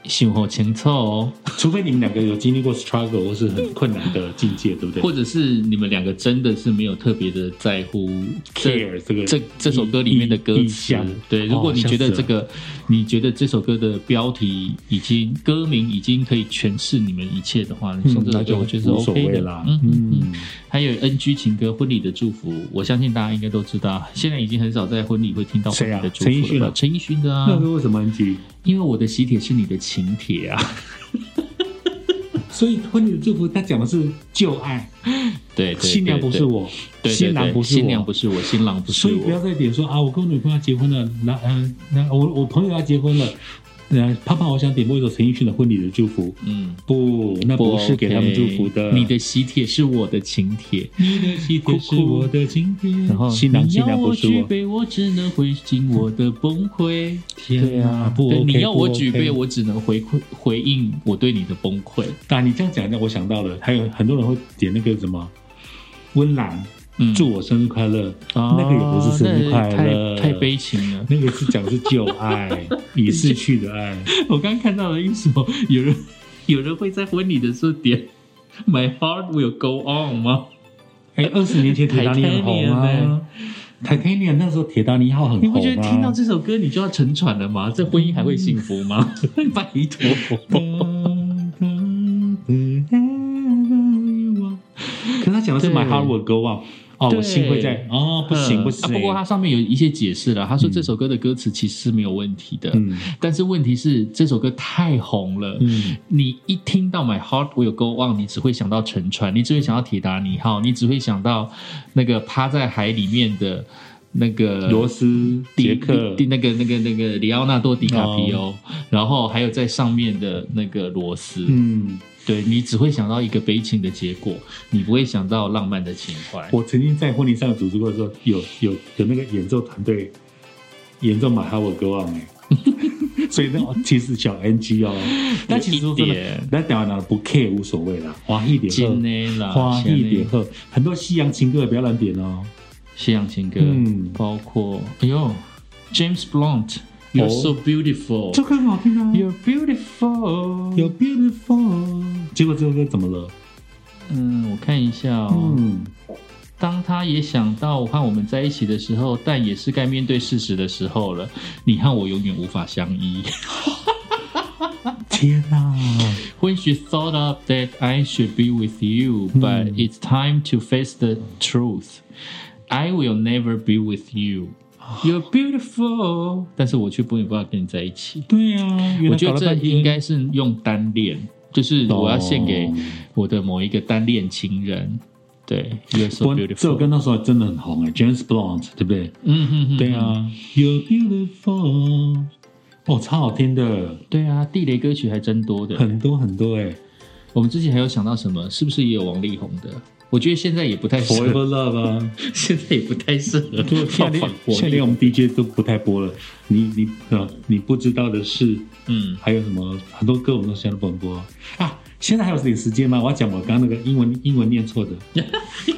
Speaker 1: 想好清楚哦，
Speaker 2: 除非你们两个有经历过 struggle 或是很困难的境界，对不对
Speaker 1: 或者是你们两个真的是没有特别的在乎这
Speaker 2: ？care 这个
Speaker 1: 这这首歌里面的歌
Speaker 2: 意意
Speaker 1: 词
Speaker 2: 象，
Speaker 1: 对，如果
Speaker 2: 哦
Speaker 1: 你觉得
Speaker 2: 吓死
Speaker 1: 这个，你觉得这首歌的标题已经歌名已经可以诠释你们一切的话，你
Speaker 2: 嗯
Speaker 1: 送这首
Speaker 2: 那
Speaker 1: 歌
Speaker 2: 就
Speaker 1: 我觉得是
Speaker 2: 无所
Speaker 1: OK
Speaker 2: 谓
Speaker 1: 的
Speaker 2: 啦。
Speaker 1: 嗯嗯嗯。
Speaker 2: 嗯，
Speaker 1: 还有 NG 情歌《婚礼的祝福》，我相信大家应该都知道，现在已经很少在婚礼会听到婚
Speaker 2: 谁
Speaker 1: 礼
Speaker 2: 啊嗯
Speaker 1: 的祝福了吧。陈奕迅的
Speaker 2: 那
Speaker 1: 啊，
Speaker 2: 个为什么 NG？
Speaker 1: 因为我的喜帖是你的请帖啊。
Speaker 2: 所以婚礼的祝福，他讲的是旧爱，
Speaker 1: 对，对对
Speaker 2: 新娘不是
Speaker 1: 对
Speaker 2: 我，
Speaker 1: 对对
Speaker 2: 新郎不是
Speaker 1: 新娘
Speaker 2: 我。
Speaker 1: 不是我，新郎不
Speaker 2: 所
Speaker 1: 是
Speaker 2: 以不要
Speaker 1: 我。
Speaker 2: 呃再点说啊，我跟我女朋友结婚了，那嗯，那我我朋友要结婚了，那胖胖，我想点播一首陈奕迅的《婚礼的祝福》。
Speaker 1: 嗯，
Speaker 2: 不，那不是给他们祝福的。
Speaker 1: 你的喜帖是我的请帖，
Speaker 2: 你的喜帖是我的今天，
Speaker 1: 然后
Speaker 2: 新郎
Speaker 1: 你
Speaker 2: 新
Speaker 1: 要
Speaker 2: 娘不
Speaker 1: 我
Speaker 2: 是
Speaker 1: 举
Speaker 2: 我。
Speaker 1: 杯，我只能回敬我的崩溃。
Speaker 2: 天啊，不
Speaker 1: 对
Speaker 2: OK，
Speaker 1: 你要我举杯，
Speaker 2: 不 OK。
Speaker 1: 我只能回馈回应我对你的崩溃。
Speaker 2: 啊，你这样讲让我想到了，还有很多人会点那个什么温岚
Speaker 1: 嗯，
Speaker 2: 祝我生日快乐，
Speaker 1: 啊
Speaker 2: 那个也不是生日快乐
Speaker 1: 那太太悲情了。
Speaker 2: 那个是讲是旧爱，已逝去的爱。
Speaker 1: 我刚看到了一首，有人 有人会在婚礼的时候点 My Heart Will Go On 吗？
Speaker 2: 哎，二十年前铁 达尼很红
Speaker 1: Titanium
Speaker 2: 啊，Titanium 那时候铁达尼号很红、啊，
Speaker 1: 你不觉得听到这首歌你就要沉船了吗？这婚姻还会幸福吗？拜托，
Speaker 2: 可是他讲的是
Speaker 1: 对
Speaker 2: My Heart Will Go On，哦，
Speaker 1: 对
Speaker 2: 我心会在，哦，不行不行，
Speaker 1: 啊不过它上面有一些解释了，他说这首歌的歌词其实是没有问题的，
Speaker 2: 嗯
Speaker 1: 但是问题是这首歌太红了。
Speaker 2: 嗯，
Speaker 1: 你一听到 My Heart Will Go On，你只会想到沉船，你只会想到铁达尼号，你只会想到那个趴在海里面的那个
Speaker 2: 罗斯
Speaker 1: 迪
Speaker 2: 杰克哦
Speaker 1: 迪那个那个那个里奥纳多·迪卡皮欧，然后还有在上面的那个罗斯，
Speaker 2: 嗯，
Speaker 1: 对你只会想到一个悲情的结果，你不会想到浪漫的情怀。
Speaker 2: 我曾经在婚礼上主持过的时候，有有有那个演奏团队演奏《My Heart Will Go On》哎， 所以那其实小 NG 哦，但其实说真
Speaker 1: 有一
Speaker 2: 的
Speaker 1: 点，
Speaker 2: 那台湾人不 care 无所谓啦，华裔点
Speaker 1: 真
Speaker 2: 喝，
Speaker 1: 的啦，
Speaker 2: 华
Speaker 1: 真
Speaker 2: 裔
Speaker 1: 的
Speaker 2: 点喝，很多西洋情歌也不要乱点哦，
Speaker 1: 西洋情歌，
Speaker 2: 嗯
Speaker 1: 包括哎呦，James Blunt，You're、
Speaker 2: 哦
Speaker 1: so
Speaker 2: 这
Speaker 1: beautiful，You're
Speaker 2: 歌很好听啊，
Speaker 1: beautiful，
Speaker 2: You're beautiful。结果这首歌怎么了？
Speaker 1: 嗯，我看一下哦。
Speaker 2: 嗯，
Speaker 1: 当他也想到我和我们在一起的时候，但也是该面对事实的时候了。你和我永远无法相依。
Speaker 2: 天哪、
Speaker 1: When she thought up that I should be with you, but
Speaker 2: Hmm
Speaker 1: it's time to face the truth. I will never be with you. You're beautiful，但是我却不没办法跟你在一起。
Speaker 2: 对啊，原来
Speaker 1: 我觉得
Speaker 2: 搞了
Speaker 1: 这
Speaker 2: 半天
Speaker 1: 应该是用单恋，就是我要献给
Speaker 2: 哦
Speaker 1: 我的某一个单恋情人。对，You're so
Speaker 2: 不，这首
Speaker 1: beautiful。
Speaker 2: 歌那时候真的很红哎、j a m e s Blunt 对不对？
Speaker 1: 嗯哼哼，
Speaker 2: 对啊，You're beautiful，哦，超好听的，
Speaker 1: 对啊，地雷歌曲还真多的。
Speaker 2: 很多很多哎、
Speaker 1: 我们之前还有想到什么？是不是也有王力宏的？我觉得现在也不太适
Speaker 2: f o r e v
Speaker 1: 合，
Speaker 2: e r Love 啊，
Speaker 1: 现在也不太适合
Speaker 2: 现在
Speaker 1: 放
Speaker 2: 连
Speaker 1: 放
Speaker 2: 现在
Speaker 1: 火
Speaker 2: 连我们 DJ 都不太播了。你你呃，你不知道的是，
Speaker 1: 嗯，
Speaker 2: 还有什么很多歌我们都现在都不能播啊。现在还有点时间吗？我要讲我刚刚那个英文英文念错的，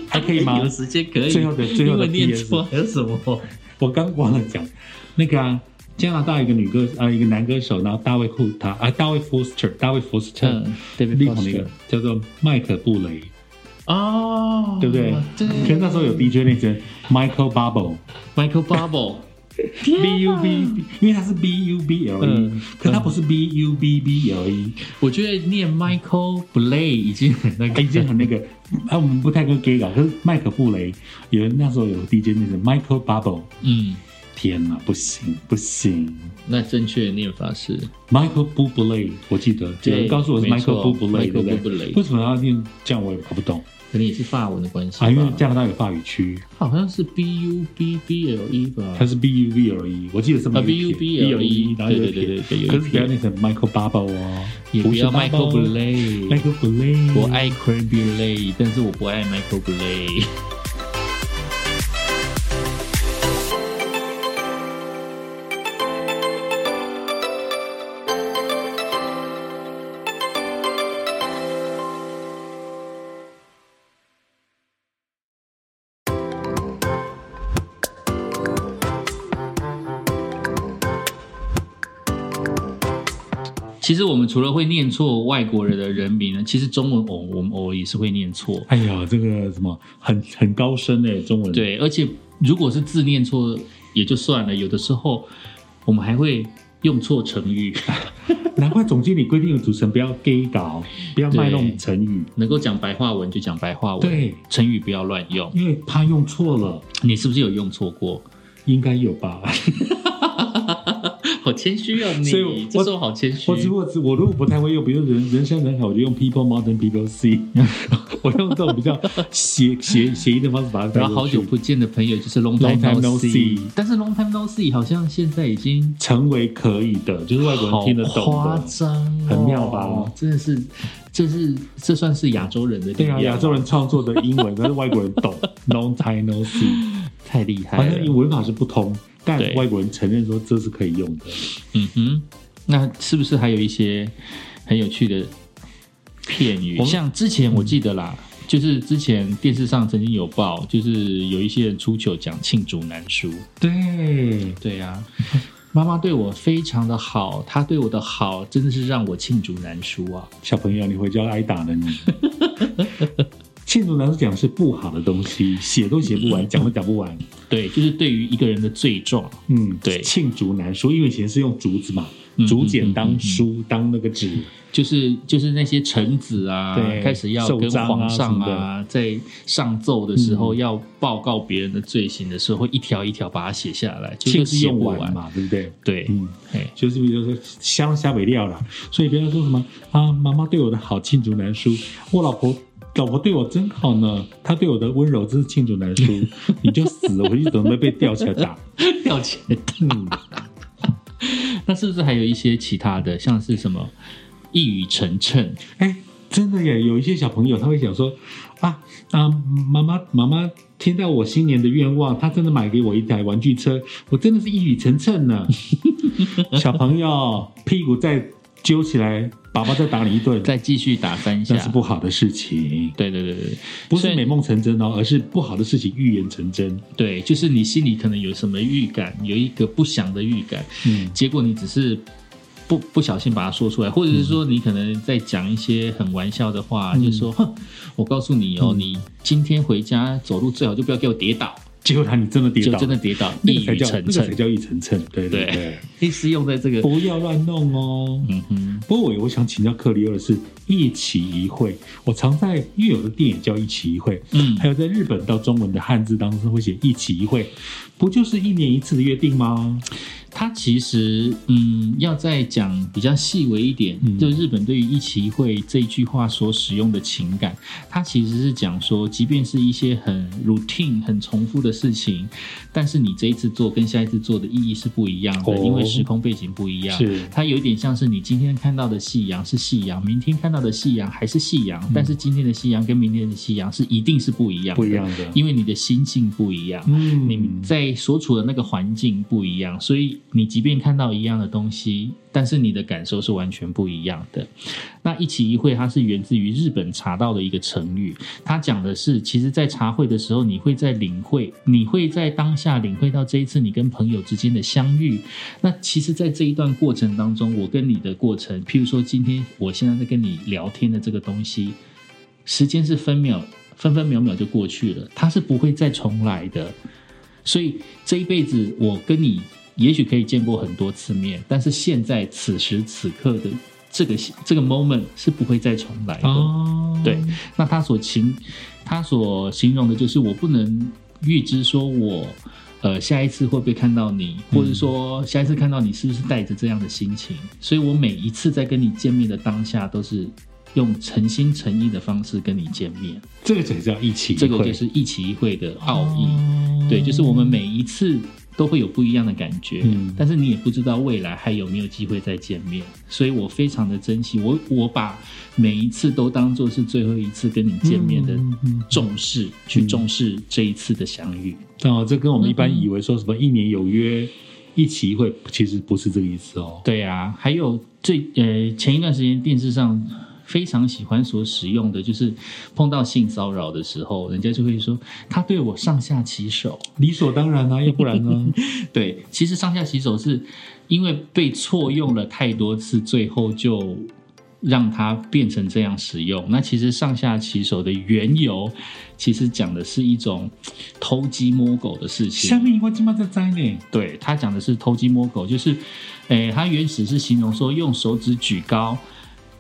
Speaker 2: 还可以吗？
Speaker 1: 哎有时间可以。
Speaker 2: 最后的最后的
Speaker 1: 英文念
Speaker 2: PS
Speaker 1: 错还有什么？
Speaker 2: 我刚忘了讲，那个啊，加拿大一个女歌啊、一个男歌手，然后大卫库塔啊，大卫 Foster，大卫 Foster，
Speaker 1: 嗯，David
Speaker 2: 另外一个
Speaker 1: Foster
Speaker 2: 叫做麦克布雷，
Speaker 1: 哦，
Speaker 2: 对不对？
Speaker 1: 对。
Speaker 2: 可是那时候有 DJ 那成 Michael Bubble。
Speaker 1: Michael Bubble，
Speaker 2: B U B，因为他是 B U B L E，、
Speaker 1: 嗯
Speaker 2: 可他不是 B U B B L E，、
Speaker 1: 我觉得念 Michael Blay 已经很那
Speaker 2: 哎，
Speaker 1: 个，
Speaker 2: 已经很那个。啊，我们不太跟 gay 搞，可是麦克布雷有人那时候有 DJ 那成 Michael Bubble，
Speaker 1: 嗯，
Speaker 2: 天哪，不行不行
Speaker 1: 那正确的念法是
Speaker 2: ，Michael Bublé，我记得有
Speaker 1: 对
Speaker 2: 人告诉我是
Speaker 1: 没错
Speaker 2: Michael Bublé，
Speaker 1: Michael
Speaker 2: 对不对
Speaker 1: Bublé？
Speaker 2: 为什么要念这样？我也搞不懂
Speaker 1: 可能也是法文的关系吧
Speaker 2: 啊，因为加拿大有法语区，
Speaker 1: 好像是 B U B B L E 吧
Speaker 2: 它。是 B U B L E，我记得是
Speaker 1: 啊，B U B L E，
Speaker 2: 然后有
Speaker 1: 对
Speaker 2: 一
Speaker 1: 对对对
Speaker 2: 撇
Speaker 1: 有一撇
Speaker 2: 可是不要念成 Michael Bubble 哦，
Speaker 1: 也不要
Speaker 2: 是
Speaker 1: Michael
Speaker 2: Bubble
Speaker 1: Blay。
Speaker 2: Michael Bublé，
Speaker 1: 我爱 c r a b y l a y 但是我不爱 Michael Bublé。其实我们除了会念错外国人的人名呢，其实中文偶我们偶尔也是会念错。
Speaker 2: 哎呀，这个什么很很高深哎、中文。，
Speaker 1: 对，而且如果是字念错也就算了，有的时候我们还会用错成语。
Speaker 2: 难怪总经理规定主持人不要 gay 搞，不要卖弄
Speaker 1: 对
Speaker 2: 成语，
Speaker 1: 能够讲白话文就讲白话文，
Speaker 2: 对，
Speaker 1: 成语不要乱用。
Speaker 2: 因为怕用错了，
Speaker 1: 你是不是有用错过？
Speaker 2: 应该有吧。
Speaker 1: 好谦虚哦，
Speaker 2: 所以我
Speaker 1: 你这时候好谦虚
Speaker 2: 我。只不过只我如果不太会用，比如人人山人海，我就用 people mountain people sea， 我用这种比较谐谐谐音的方式把它带
Speaker 1: 然后好
Speaker 2: 过去。
Speaker 1: 久不见的朋友就是 long
Speaker 2: Long
Speaker 1: time
Speaker 2: time no
Speaker 1: no
Speaker 2: see
Speaker 1: see，但是 long time no see 好像现在已经
Speaker 2: 成为可以的，就是外国人听得
Speaker 1: 好
Speaker 2: 懂
Speaker 1: 夸
Speaker 2: 的。
Speaker 1: 张哦、
Speaker 2: 很妙吧
Speaker 1: 真的是，这是这算是亚洲人的力
Speaker 2: 对
Speaker 1: 量
Speaker 2: 啊，亚洲人创作的英文，但是外国人懂 ，no time no see，
Speaker 1: 太厉害
Speaker 2: 好
Speaker 1: 了。
Speaker 2: 像英文法是不通，但
Speaker 1: 对
Speaker 2: 外国人承认说这是可以用的。
Speaker 1: 嗯哼，那是不是还有一些很有趣的片语？
Speaker 2: 我们嗯
Speaker 1: 像之前我记得啦，就是之前电视上曾经有报，就是有一些人出糗讲罄竹难书。
Speaker 2: 对，
Speaker 1: 对呀、 妈妈对我非常的好，她对我的好真的是让我罄竹难书啊。
Speaker 2: 小朋友，你回家挨打了你。 罄竹难书讲的是不好的东西，写都写不完，讲都讲不完。
Speaker 1: 对，就是对于一个人的罪状，
Speaker 2: 嗯，
Speaker 1: 对
Speaker 2: 罄竹难书，因为以前是用竹子嘛，
Speaker 1: 嗯
Speaker 2: 竹简当
Speaker 1: 嗯
Speaker 2: 书当那个纸，
Speaker 1: 就是就是那些臣子啊
Speaker 2: 对，
Speaker 1: 开始要
Speaker 2: 奏
Speaker 1: 跟
Speaker 2: 章啊
Speaker 1: 皇上
Speaker 2: 什嗯
Speaker 1: 啊，在上奏的时候、要报告别人的罪行的时候，会一条一条把它写下来，就
Speaker 2: 罄
Speaker 1: 是
Speaker 2: 是
Speaker 1: 写
Speaker 2: 用
Speaker 1: 不
Speaker 2: 完
Speaker 1: 完。
Speaker 2: 嘛，对不对？
Speaker 1: 对，
Speaker 2: 嗯，
Speaker 1: 哎
Speaker 2: 就是比如说香虾尾料啦，啊所以不要说什么啊，妈妈对我的好罄竹难书，我老婆老婆对我真好呢，她对我的温柔真是罄竹 难书，你就死了，回去准备被吊起来打。
Speaker 1: 要钱。
Speaker 2: 嗯，
Speaker 1: 那是不是还有一些其他的，像是什么一语成谶？
Speaker 2: 哎，真的耶，有一些小朋友他会想说啊啊，妈妈妈妈听到我新年的愿望，她真的买给我一台玩具车，我真的是一语成谶 呢。小朋友屁股再揪起来，爸爸再打你一 顿，
Speaker 1: 再继续打三下
Speaker 2: 那？是不好的事情。
Speaker 1: 对对对对对
Speaker 2: 不是
Speaker 1: 所以
Speaker 2: 美梦成真哦，而是不好的事情预言成真。
Speaker 1: 对，就是你心里可能有什么预感，有一个不祥的预感，
Speaker 2: 嗯，
Speaker 1: 结果你只是不不小心把它说出来，或者是说你可能在讲一些很玩笑的话，
Speaker 2: 嗯
Speaker 1: 就是说，哼，我告诉你哦，
Speaker 2: 嗯
Speaker 1: 你今天回家走路最好就不要给我跌倒，
Speaker 2: 结果他你真的跌
Speaker 1: 就
Speaker 2: 倒，
Speaker 1: 真的跌倒，
Speaker 2: 那
Speaker 1: 一
Speaker 2: 个才
Speaker 1: 语
Speaker 2: 叫
Speaker 1: 成
Speaker 2: 那个才
Speaker 1: 谶，
Speaker 2: 叫一层层，对对
Speaker 1: 对
Speaker 2: 对，
Speaker 1: 意思用在这个，
Speaker 2: 不要乱弄哦。
Speaker 1: 嗯哼，
Speaker 2: 不过我我想请教克里欧的是一期一会，我常在因为有的电影叫一期一会，
Speaker 1: 嗯
Speaker 2: 还有在日本到中文的汉字当中会写一期一会，不就是一年一次的约定吗？
Speaker 1: 嗯它其实，嗯，要再讲比较细微一点，
Speaker 2: 嗯
Speaker 1: 就日本对于一期一会这一句话所使用的情感，它其实是讲说，即便是一些很 routine、很重复的事情，但是你这一次做跟下一次做的意义是不一样的，
Speaker 2: 哦
Speaker 1: 因为时空背景不一样。
Speaker 2: 是
Speaker 1: 它有点像是你今天看到的夕阳是夕阳，明天看到的夕阳还是夕阳，但是今天的夕阳跟明天的夕阳是一定是不一样的，
Speaker 2: 嗯不一样的。
Speaker 1: 因为你的心境不一样。
Speaker 2: 嗯
Speaker 1: 你在所处的那个环境不一样，所以你即便看到一样的东西，但是你的感受是完全不一样的。那一期一会，它是源自于日本茶道的一个成语，它讲的是，其实，在茶会的时候，你会在领会，你会在当下领会到这一次你跟朋友之间的相遇。那其实，在这一段过程当中，我跟你的过程，譬如说，今天我现在在跟你聊天的这个东西，时间是分秒分分秒秒就过去了，它是不会再重来的。所以这一辈子我跟你也许可以见过很多次面，但是现在此时此刻的这个这个 moment 是不会再重来的。
Speaker 2: 哦，
Speaker 1: 对，那他所形他所形容的就是我不能预知说我。呃，下一次会不会看到你，或者说下一次看到你是不是带着这样的心情？所以我每一次在跟你见面的当下，都是用诚心诚意的方式跟你见面，
Speaker 2: 这个才叫一期一会，
Speaker 1: 这个就是一期一会的奥义。
Speaker 2: 哦
Speaker 1: 对，就是我们每一次都会有不一样的感觉，
Speaker 2: 嗯
Speaker 1: 但是你也不知道未来还有没有机会再见面，所以我非常的珍惜，我我把每一次都当做是最后一次跟你见面的
Speaker 2: 嗯嗯嗯
Speaker 1: 重视，去重视这一次的相遇。
Speaker 2: 哦，这跟我们一
Speaker 1: 嗯
Speaker 2: 般以为说什么一年有约，一期一会，其实不是这个意思哦。
Speaker 1: 对啊，还有最呃前一段时间电视上非常喜欢所使用的就是碰到性骚扰的时候，人家就会说他对我上下其手。
Speaker 2: 理所当 然啊，要不然呢？
Speaker 1: 对，其实上下洗手是因为被错用了太多次，最后就让它变成这样使用。那其实上下洗手的缘由，其实讲的是一种偷鸡摸狗的事
Speaker 2: 下
Speaker 1: 情。
Speaker 2: 面我今麦在摘呢，
Speaker 1: 对，它讲的是偷鸡摸狗，就是，诶、它原始是形容说用手指举高，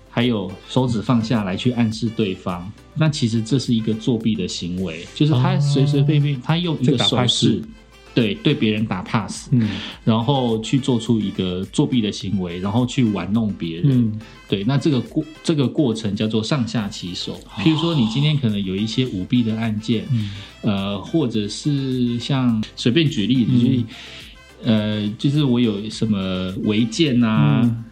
Speaker 1: 还有手指放下来去暗示对方。那其实这是一个作弊的行为，就是他
Speaker 2: 哦
Speaker 1: 随随便便，他用一
Speaker 2: 在
Speaker 1: 个
Speaker 2: 打
Speaker 1: 手
Speaker 2: 拍
Speaker 1: 势
Speaker 2: 子，
Speaker 1: 对对别人打 pass，
Speaker 2: 嗯
Speaker 1: 然后去做出一个作弊的行为，然后去玩弄别人。
Speaker 2: 嗯
Speaker 1: 对，那这个过这个过程叫做上下其手。譬如说，你今天可能有一些舞弊的案件，
Speaker 2: 哦嗯
Speaker 1: 呃，或者是像随便举例，
Speaker 2: 嗯
Speaker 1: 就是、呃，就是我有什么违建啊。
Speaker 2: 嗯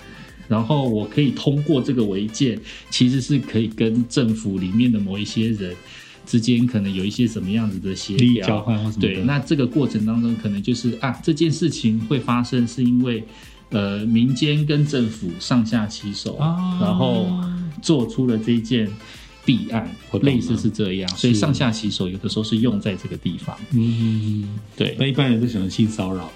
Speaker 1: 然后我可以通过这个违建，其实是可以跟政府里面的某一些人之间可能有一些什么样子的协
Speaker 2: 利益
Speaker 1: 调
Speaker 2: 交换或什么的
Speaker 1: 对，那这个过程当中，可能就是啊，这件事情会发生，是因为呃，民间跟政府上下其手，
Speaker 2: 啊
Speaker 1: 然后做出了这件弊案
Speaker 2: 我，懂了
Speaker 1: 类似是这样，所以
Speaker 2: 是
Speaker 1: 上下其手有的时候是用在这个地方。
Speaker 2: 嗯，
Speaker 1: 对
Speaker 2: 那一般人都喜欢性骚扰，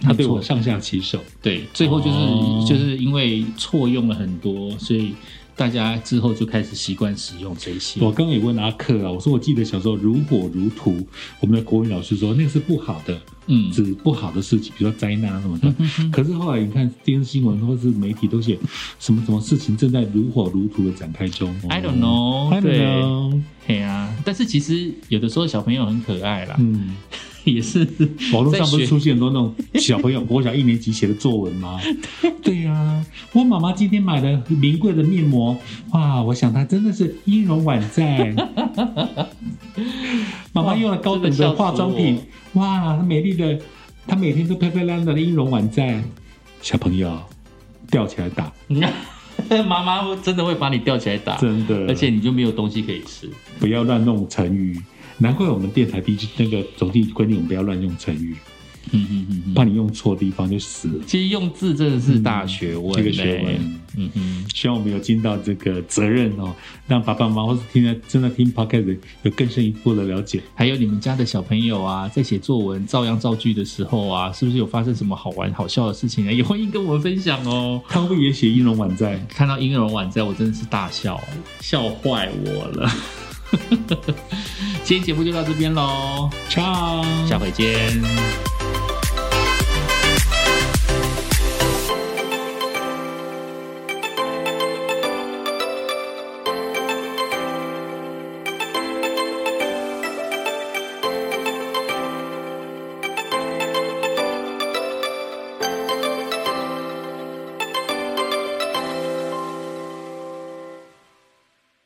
Speaker 2: 他对我上下其手，
Speaker 1: 对，最后就是、
Speaker 2: 哦
Speaker 1: 就是因为错用了很多，所以大家之后就开始习惯使用这些。
Speaker 2: 我刚刚也问阿克啊，我说我记得小时候如火如荼，我们的国文老师说那个是不好的，
Speaker 1: 嗯
Speaker 2: 指不好的事情，比如说灾难啊什么的。
Speaker 1: 嗯
Speaker 2: 可是后来你看电视新闻或是媒体都写什么什么事情正在如火如荼的展开中。
Speaker 1: I don't know，
Speaker 2: I don't
Speaker 1: 对
Speaker 2: know。
Speaker 1: 嘿啊，但是其实有的时候小朋友很可爱啦，
Speaker 2: 嗯，
Speaker 1: 也是
Speaker 2: 网络上不
Speaker 1: 在
Speaker 2: 是
Speaker 1: 学
Speaker 2: 出现很多那种小朋友国小一年级写的作文吗？ 对呀、我妈妈今天买了名贵的面膜，哇，我想她真的是音容宛 在。妈妈用了高等
Speaker 1: 真的
Speaker 2: 的
Speaker 1: 笑死我
Speaker 2: 化妆品，哇，她美丽的，她每天都漂漂亮亮的，音容宛在。小朋友吊起来打，
Speaker 1: 妈妈会真的会把你吊起来打，
Speaker 2: 真的，
Speaker 1: 而且你就没有东西可以吃。
Speaker 2: 不要乱弄成语。难怪我们电台第一那个总地规定，我们不要乱用成语，
Speaker 1: 嗯嗯嗯嗯，
Speaker 2: 怕你用错地方就死了。
Speaker 1: 其实用字真的是大学问、
Speaker 2: 这
Speaker 1: 欸，
Speaker 2: 个学问。
Speaker 1: 嗯哼，
Speaker 2: 希望我们有尽到这个责任哦，让爸爸妈妈或是听在正在听 podcast 的人有更深一步的了解。
Speaker 1: 还有你们家的小朋友啊，在写作文、照样造句的时候啊，是不是有发生什么好玩好笑的事情啊？也欢迎跟我们分享哦。
Speaker 2: 他会不会也写音容宛在？
Speaker 1: 看到婴儿碗在，我真的是大笑，笑坏我了。 今天节目就到这边喽，
Speaker 2: ciao
Speaker 1: 下回见。